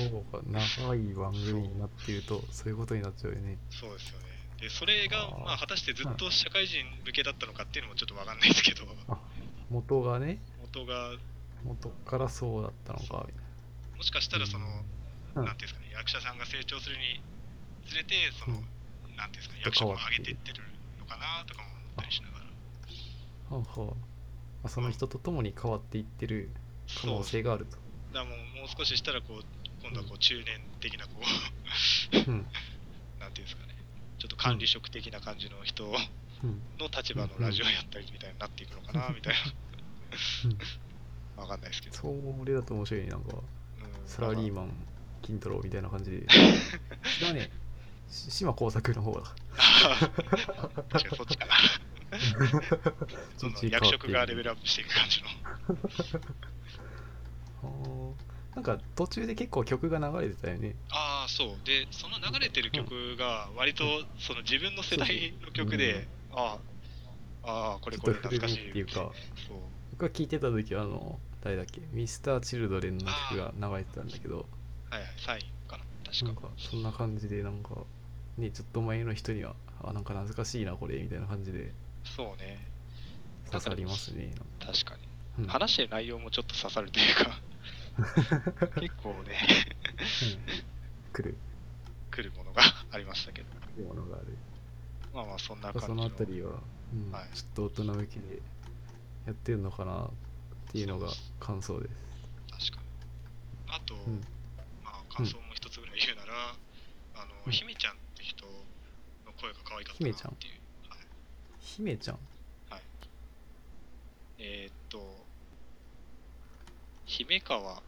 A: うか、長い番組になっていると、そういうことになっちゃうよね。
B: そうですよねでそれが
A: あー
B: まあ果たしてずっと社会人向けだったのかっていうのもちょっとわかんないですけど
A: 元がね、
B: 元が
A: 元からそうだったのか、み
B: もしかした
A: たいな
B: らその、
A: うん
B: なんていうんですかね役者さんが成長するにつれてその、
A: うん
B: なんていうんですか
A: ちょっ
B: 役
A: と
B: 者
A: 変わ
B: も
A: って
B: 上げてってるのかなとかも思ったりしながら
A: はあはあまあその人と共に変わっていってる可
B: そう
A: 能性があると。
B: だからもうもう少ししたらこう今度はこう中年的なこう
A: うん
B: なんていうんですかねちょっと管理職的な感じの人の
A: うん
B: 立場のラジオやったりみたいになっていくのかなみたいなわかんないですけど、
A: そう、俺だと面白いね、なんか、
B: うん
A: サラリー
B: ま
A: マン、金太郎みたいな感じで。知らねえ、し島耕作の方だ。
B: あ まあ確かにそっち かなその役職がレベルアップしていく感じの
A: はあなんか途中で結構曲が流れてたよね。
B: ああそうでその流れてる曲が割とその自分の世代の曲
A: うん
B: で、ああああこれ
A: ち
B: こ
A: ょ
B: れ
A: っと古
B: 懐か
A: め
B: しい
A: っていうか。
B: そう
A: 僕が聞いてた時はあの誰だっけミスターチルドレンの曲が流れてたんだけど
B: はいはいサインかな確
A: な
B: か
A: んかそんな感じでなんかねちょっと前の人にはあなんか懐かしいなこれみたいな感じで
B: そうね
A: 刺さりますね
B: 確かに
A: うん
B: 話してる内容もちょっと刺さるという か結構ね
A: うん来る
B: 来るものが ありましたけど
A: っていうものがある
B: まあまあそんな
A: なんか
B: 感じ
A: そ
B: の
A: のあたりは、うん
B: はい
A: ちょっと大人向けでやってるのかなっていうのが感想です
B: 確かにあと、
A: うん
B: まあ感想も一つぐらい言うなら、あの、
A: うん
B: ひめちゃんって人の声が可愛かったなっていうはい、
A: 姫ちゃん
B: えーっと姫川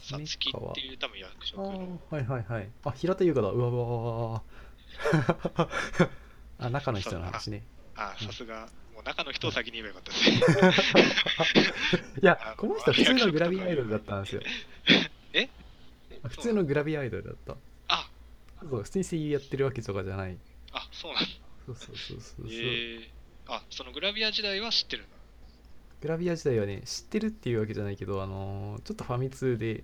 B: さつきっていう多分役職
A: あ
B: の
A: ーはいはいはいあ平田優香だうわうわうわ あ中の人の話ね
B: あ
A: うん
B: さすがもう中の人を先に言えばよかっ たですね
A: いや
B: あ
A: この人は普通のグラビアアイドルだったんですよ
B: え
A: 普通のグラビアアイドルだった
B: あ
A: そう普通に声優やってるわけとかじゃない
B: あそうなんだ
A: そうそうそうそうそう、
B: えー、あそのグラビア時代は知ってるんだ
A: グラビア時代はね知ってるっていうわけじゃないけどあのーちょっとファミ通で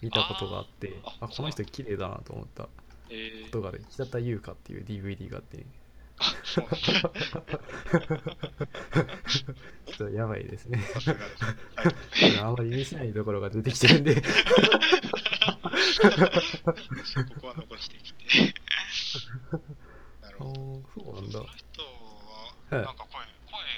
A: 見たことがあって
B: あー
A: あ
B: あ
A: この人綺麗だなと思ったこ
B: えー、
A: とがある平田優香っていう DVD があってね、
B: あそうなんだ
A: ちょっとやばいですね
B: さすがです、はい
A: あんまり見せないところが出てきてるんで
B: ここは残してきて。なる
A: あ
B: ほど。
A: ー そうなんだ
B: そ
A: は
B: の人
A: い
B: は、なんか声、声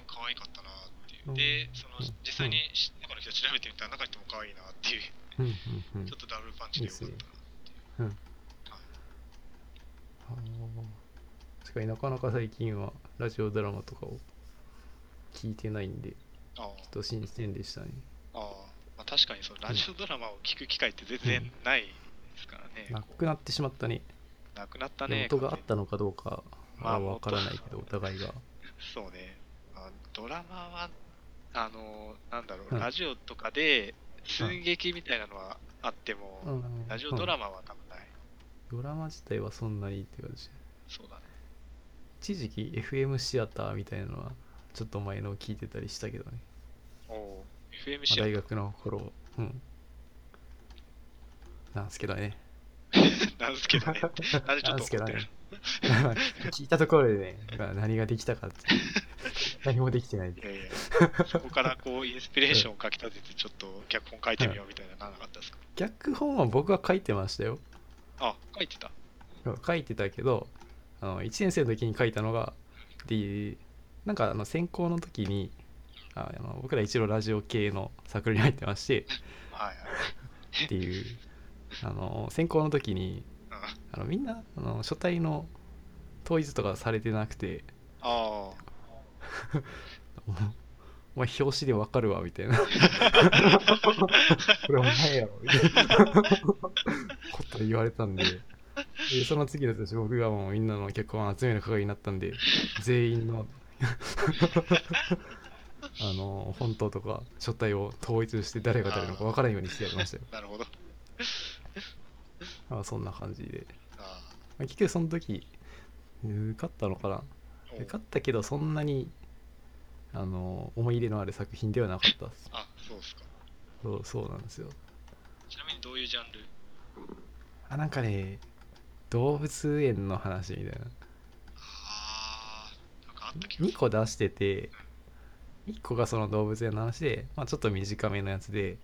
B: 可愛かったなっていう。で、その
A: うん、
B: 実際にし中の人調べてみたら、中の人も可愛いなっていう、
A: うんうんうん
B: ちょっとダブルパンチでよかったなっていう。
A: あー確かになかなか最近はラジオドラマとかを聞いてないんでち
B: ああ、
A: ょっと新鮮でしたね
B: ああまあ、確かにそのラジオドラマを聞く機会って全然ないですからね。
A: な
B: こ
A: くなってしまったね
B: うなくなったね。
A: 音があったのかどうか
B: まあ
A: はわからないけどお互いが
B: そうね。あドラマは、あの、なんだろ
A: う
B: う、
A: ん
B: ラジオとかで寸劇みたいなのはあっても、
A: うん
B: ラジオドラマは多分ない。
A: ドラマ自体はそんなにって感じ
B: そうだね。
A: 一時期 FM シアターみたいなのはちょっと前のを聞いてたりしたけどね、
B: おおー。FM
A: まあ
B: シア
A: 大学の頃うんなんですけどね
B: ターなんですけ どね。なんでちょっ
A: なんで
B: と怒っ
A: すけど
B: て
A: ね
B: る。
A: 聞いたところでねまあ何ができたかって何もできてない
B: いやいや、そこからこう、インスピレーションをかき立てて、ちょっと脚本書いてみようみたいな、ならなかったですか
A: 脚本は僕は書いてましたよ
B: あ、書いてた。
A: 書いてたけどあの1年生の時に書いたのがでなんかあの専攻の時にああの僕ら一応ラジオ系のサークルに入ってまして
B: はい
A: っていうあの専攻の時に
B: はい。うん
A: あのみんなあの書体の統一とかされてなくて
B: あ
A: 「お前お前表紙でわかるわ」みたいな「これお前やろ」みたいなこと言われたんででその次の年僕がもうみんなの脚本集める係になったんで全員のあの本当とか書体を統一して誰が誰のか分からんようにしてやりましたよ
B: あ、なるほど。
A: まあそんな感じで
B: あ
A: まあ結局その時受かったのかな
B: ーお
A: 受か
B: ー
A: ったけどそんなにあの思い入れのある作品ではなかったっす
B: あ、そうですか。
A: そうそうなんですよ
B: ちなみにどういうジャンル
A: あなんかね動物園の話みたいな
B: ああ、なんかあった気がす
A: 2
B: る。
A: 個出してて1個がその動物園の話で、まあ、ちょっと短めのやつで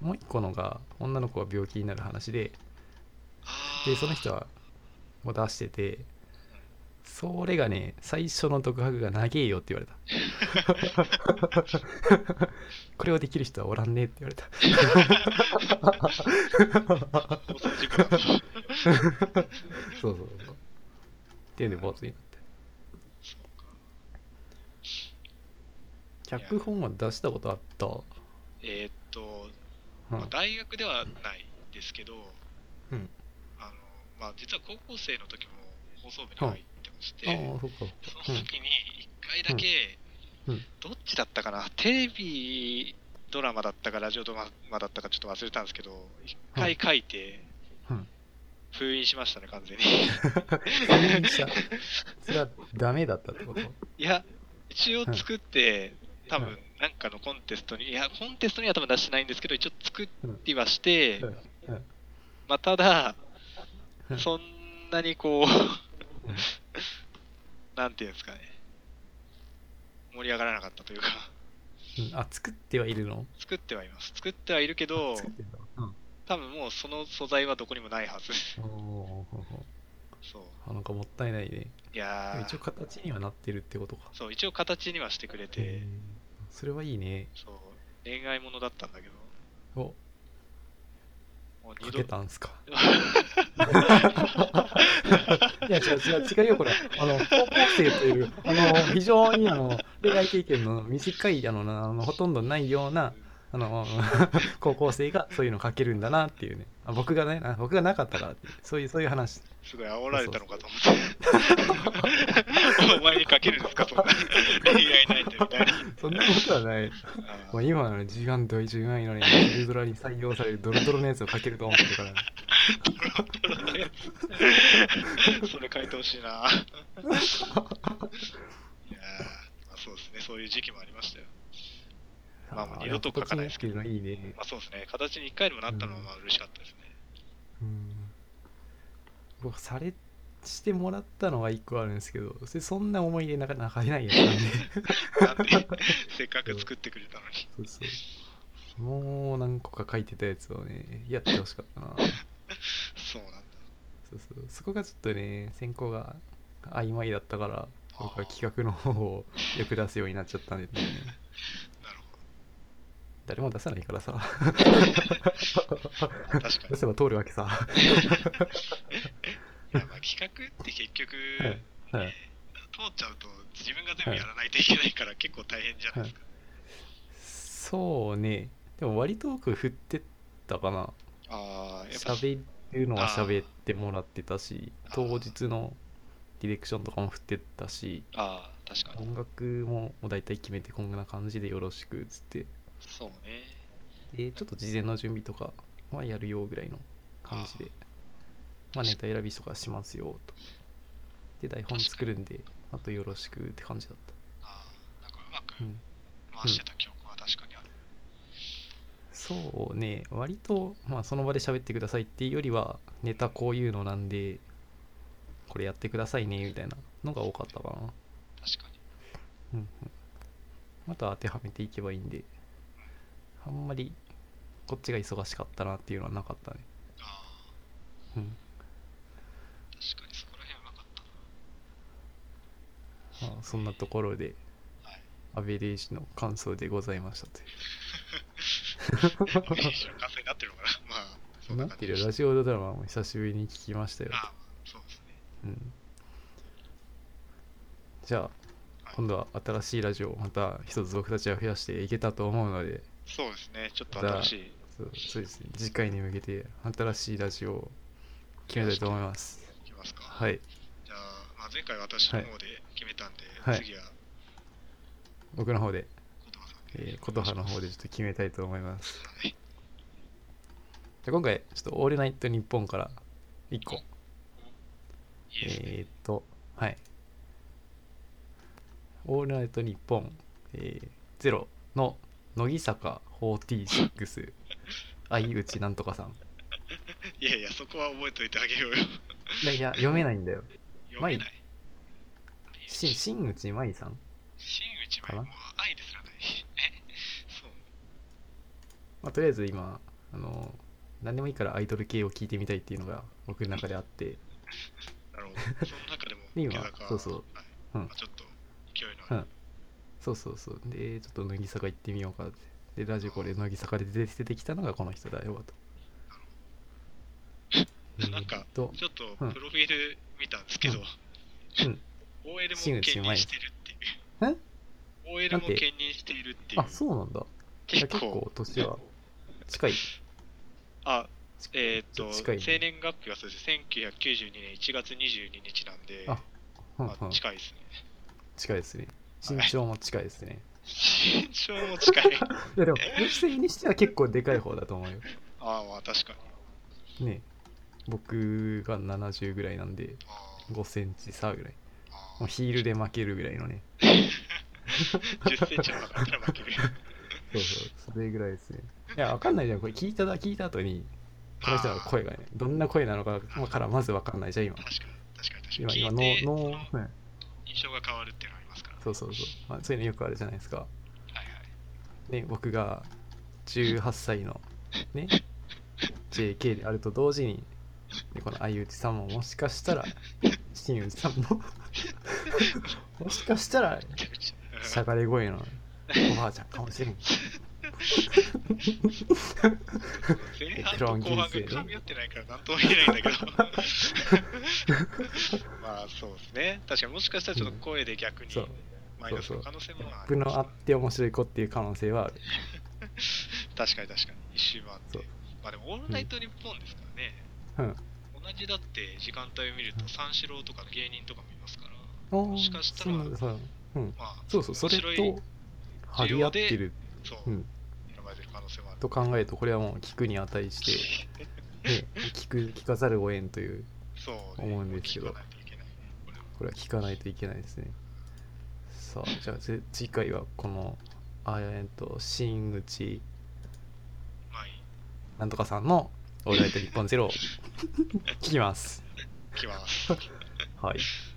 A: もう1個のが女の子が病気になる話で
B: あー
A: でその人はもう出しててそれがね最初の独白が長えよって言われた これをできる人はおらんねって言われた
B: 放送事故だった そう
A: そうそうそうっていうんで坊主になって
B: か
A: 脚本は出したことあった
B: えーっと、
A: う
B: まあ
A: ん、
B: 大学ではないですけど、
A: うん
B: あのまあ、実は高校生の時も放送部に入ってまして、
A: ああそっか
B: その時に1回だけ、
A: うんうん
B: どっちだったかな、テレビドラマだったか、ラジオドラマだったか、ちょっと忘れたんですけど、1回書いて、
A: うん
B: 封印しましたね、完全に。
A: 封印したそれはダメだったってこと
B: いや、一応作って、多
A: う
B: 分
A: ん
B: なんかのコンテストに、いや、コンテストには多分出してないんですけど、一応作りはして、
A: うんうん
B: まあ、ただ
A: うん、
B: そんなにこう、
A: うん
B: なんていうんですかね、盛り上がらなかったというか、
A: うんあ作ってはいるの
B: 作ってはいます。作ってはいるけど、
A: 作ってんだう
B: 多分もうその素材はどこにもないはず。
A: んおー
B: そう。
A: あなんかもったいないね
B: いやー
A: 一応形にはなってるってことか
B: そう、一応形にはしてくれて
A: へ、ーそれはいいね
B: そう、恋愛ものだったんだけど、
A: お
B: もう
A: か
B: 二
A: け
B: 度
A: たんすかいや違う違う違うよこれあの高校生というあの非常にあの恋愛経験の短いあのなあのほとんどないようなあの 高校生がそういうの書けるんだなっていうねあ僕がねあ僕がなかったからっていうそういうそういう話
B: すごい煽られたのかと思って。お前にかけるんですか、そんな。恋愛ないってみたいな。
A: そんなことはない
B: あ
A: も
B: ー
A: う今の時間と一番いいのにシルドラに採用されるドロドロのやつを書けると思ってるから、ね、
B: それ書いてほしいな。いやーまあそうですね、そういう時期もありましたよ。まあもう二度と書かないです
A: けどいいね
B: まあそうですね、形に一回でもなったのはまあ嬉しかったですね。
A: うん僕されしてもらったのは一個あるんですけどそれそんな思い出なかなかないやつなんで
B: なんで、せっかく作ってくれたのに。
A: そうそうもう何個か書いてたやつをねやってほしかったな
B: そうなんだ。
A: そうそうそこがちょっとね選考が曖昧だったから
B: あー
A: 僕は企画の方をよく出すようになっちゃったんですね
B: なるほ
A: 誰も出さないからさ
B: ど。確かに
A: 出。せば通るわけさ
B: いやまあ企画って結局、
A: はいはい
B: 通っちゃうと自分が全部やらないといけないから結構大変じゃないですか。
A: そうねでも割と僕振ってったかな
B: ああ、やっぱ
A: 喋るのは
B: あー
A: 喋ってもらってたし
B: あー
A: 当日のディレクションとかも振ってったし
B: ああ、確かに。
A: 音楽ももう大体決めてこんな感じでよろしくっつって
B: そうね。
A: でちょっと事前の準備とかはやるよぐらいの感じでまあネタ選びとかしますよとで台本作るんであとよろしくって感じだっ
B: ああ、なんかうまく
A: た、うん、
B: 回してた記憶は確かにある。
A: そうね割と、まあ、その場で喋ってくださいっていうよりはネタこういうのなんでこれやってくださいねみたいなのが多かったかな
B: 確かに。
A: うんうんまた当てはめていけばいいんであんまりこっちが忙しかったなっていうのはなかったね
B: あ
A: うん
B: あ、確かにそこら辺うまかった
A: まあ、そんなところで、
B: はい
A: アベレージの感想でございましたとい
B: な。いい瞬間性になってるのかな。 まあ、そ
A: うんな
B: な
A: っ
B: 感
A: て
B: じ
A: る
B: で
A: よ
B: し
A: ラジオドラマも久しぶりに聞きましたよ
B: た。、ああ、そうですね。
A: うん、じゃあ今度は新しいラジオをまた一つ僕たちは増やしていけたと思うので
B: そうですね。ちょっと新しい。
A: そうそうですね次回に向けて新しいラジオを決めたいと思います
B: いきますか。
A: はい
B: じゃあ、まあ、前回私の方で決めたんで、
A: はい
B: 次は
A: 僕の方で
B: 言葉さんで。
A: えー琴葉の方でちょっと決めたいと思います。
B: はい。
A: じゃあ今回、ちょっとオールナイト日本から1個。
B: いいですね。
A: えーっと、はい。オールナイト日本、えー、ゼロの乃木坂46、相内なんとかさん。
B: いやいや、そこは覚えといてあげようよ。
A: いやいや、読めないんだよ。
B: 読めない。
A: し
B: 新
A: 新内舞さん
B: 内
A: かな
B: はもう愛ですらない。 えそう。
A: まあ、とりあえず今あの何でもいいからアイドル系を聞いてみたいっていうのが僕の中であって
B: なるほ ど。その中でも
A: で今
B: 乃木坂
A: そうそう
B: はい
A: うん
B: まあ、ちょっと勢いのある。
A: そうそうそうでちょっと乃木坂行ってみようかってでラジコで乃木坂で出て出てきたのがこの人だよとえ
B: なんか
A: ーっと
B: ちょっと
A: うん
B: プロフィール見たんですけど、
A: うん
B: OL も兼
A: 新
B: 任
A: 内
B: して
A: う
B: る
A: まい
B: っていう。
A: え
B: ?OL
A: なん
B: も
A: て
B: 兼任しているっていう。
A: あそうなんだいや
B: 結
A: 結
B: 構。
A: 構年は近い
B: あ、えーっと、
A: 近いね
B: 生年月日はそうです。1992年1月22日なんで、
A: あうん
B: ま
A: う
B: あ、
A: ん
B: 近いですね。
A: 近いですね
B: は
A: 身
B: い
A: 長も近いです ね
B: 身長も近 い。
A: いやでも女性にしては結構でかい方だと思うよ
B: ああ、まあ確かに。
A: ね僕が70ぐらいなんで
B: あ
A: 5センチ差ぐらい
B: あ
A: もうヒールで負けるぐらいのね
B: 10センチもなかったら 負ける。
A: そうそう、それぐらいですね。いや、わかんないじゃん、これ聞いただ、聞いた後に、この人の声がね、どんな声なのかからまずわかんないじゃん、今
B: 確。かに、確かに、確
A: 今、
B: かに。
A: 今、
B: 聞いて
A: 脳、脳、
B: その
A: はい
B: 印象が変わるっていうのはありますから。
A: そうそうそう、まあ、そういうのよくあるじゃないですか。
B: はいはい。
A: ね、僕が18歳の、ね、JK であると同時に、ねこの相内さんももしかしたら、新内さんも、もしかしたら、しゃがれ声のおばあちゃんかもしれん。
B: 前半と後半が噛み合ってないから何とも言えない んだけどまあそうですね確かにもしかしたらちょっと声で逆に
A: そう
B: マイナスの可能性もあ
A: 僕
B: る
A: のあって面白い子っていう可能性はある。
B: 確かに確かに。一周回っ
A: そう
B: て。まあでも、オールナイト日本ですからね。
A: うん
B: 同じだって時間帯を見ると、三四郎とか芸人とかもいますから。
A: あー
B: もしかした
A: そ
B: ら
A: うなんだそううん、
B: まあ、
A: そうそうそれ
B: 面白い
A: と張り合って
B: 需要
A: る
B: そ
A: う
B: う、
A: ん
B: 選ばれてる可能性もある。
A: と考えるとこれはもう聞くに値して、ね、聞く聞かざるを得んという
B: そう、
A: 思うんですけど
B: 聞かないといけないねこれは
A: これは聞かないといけないですねさあじゃあぜ次回はこのあえっと新口
B: まあいい。
A: なんとかさんの 「オールナイト日本ゼロを聞きます
B: 来ます。
A: はい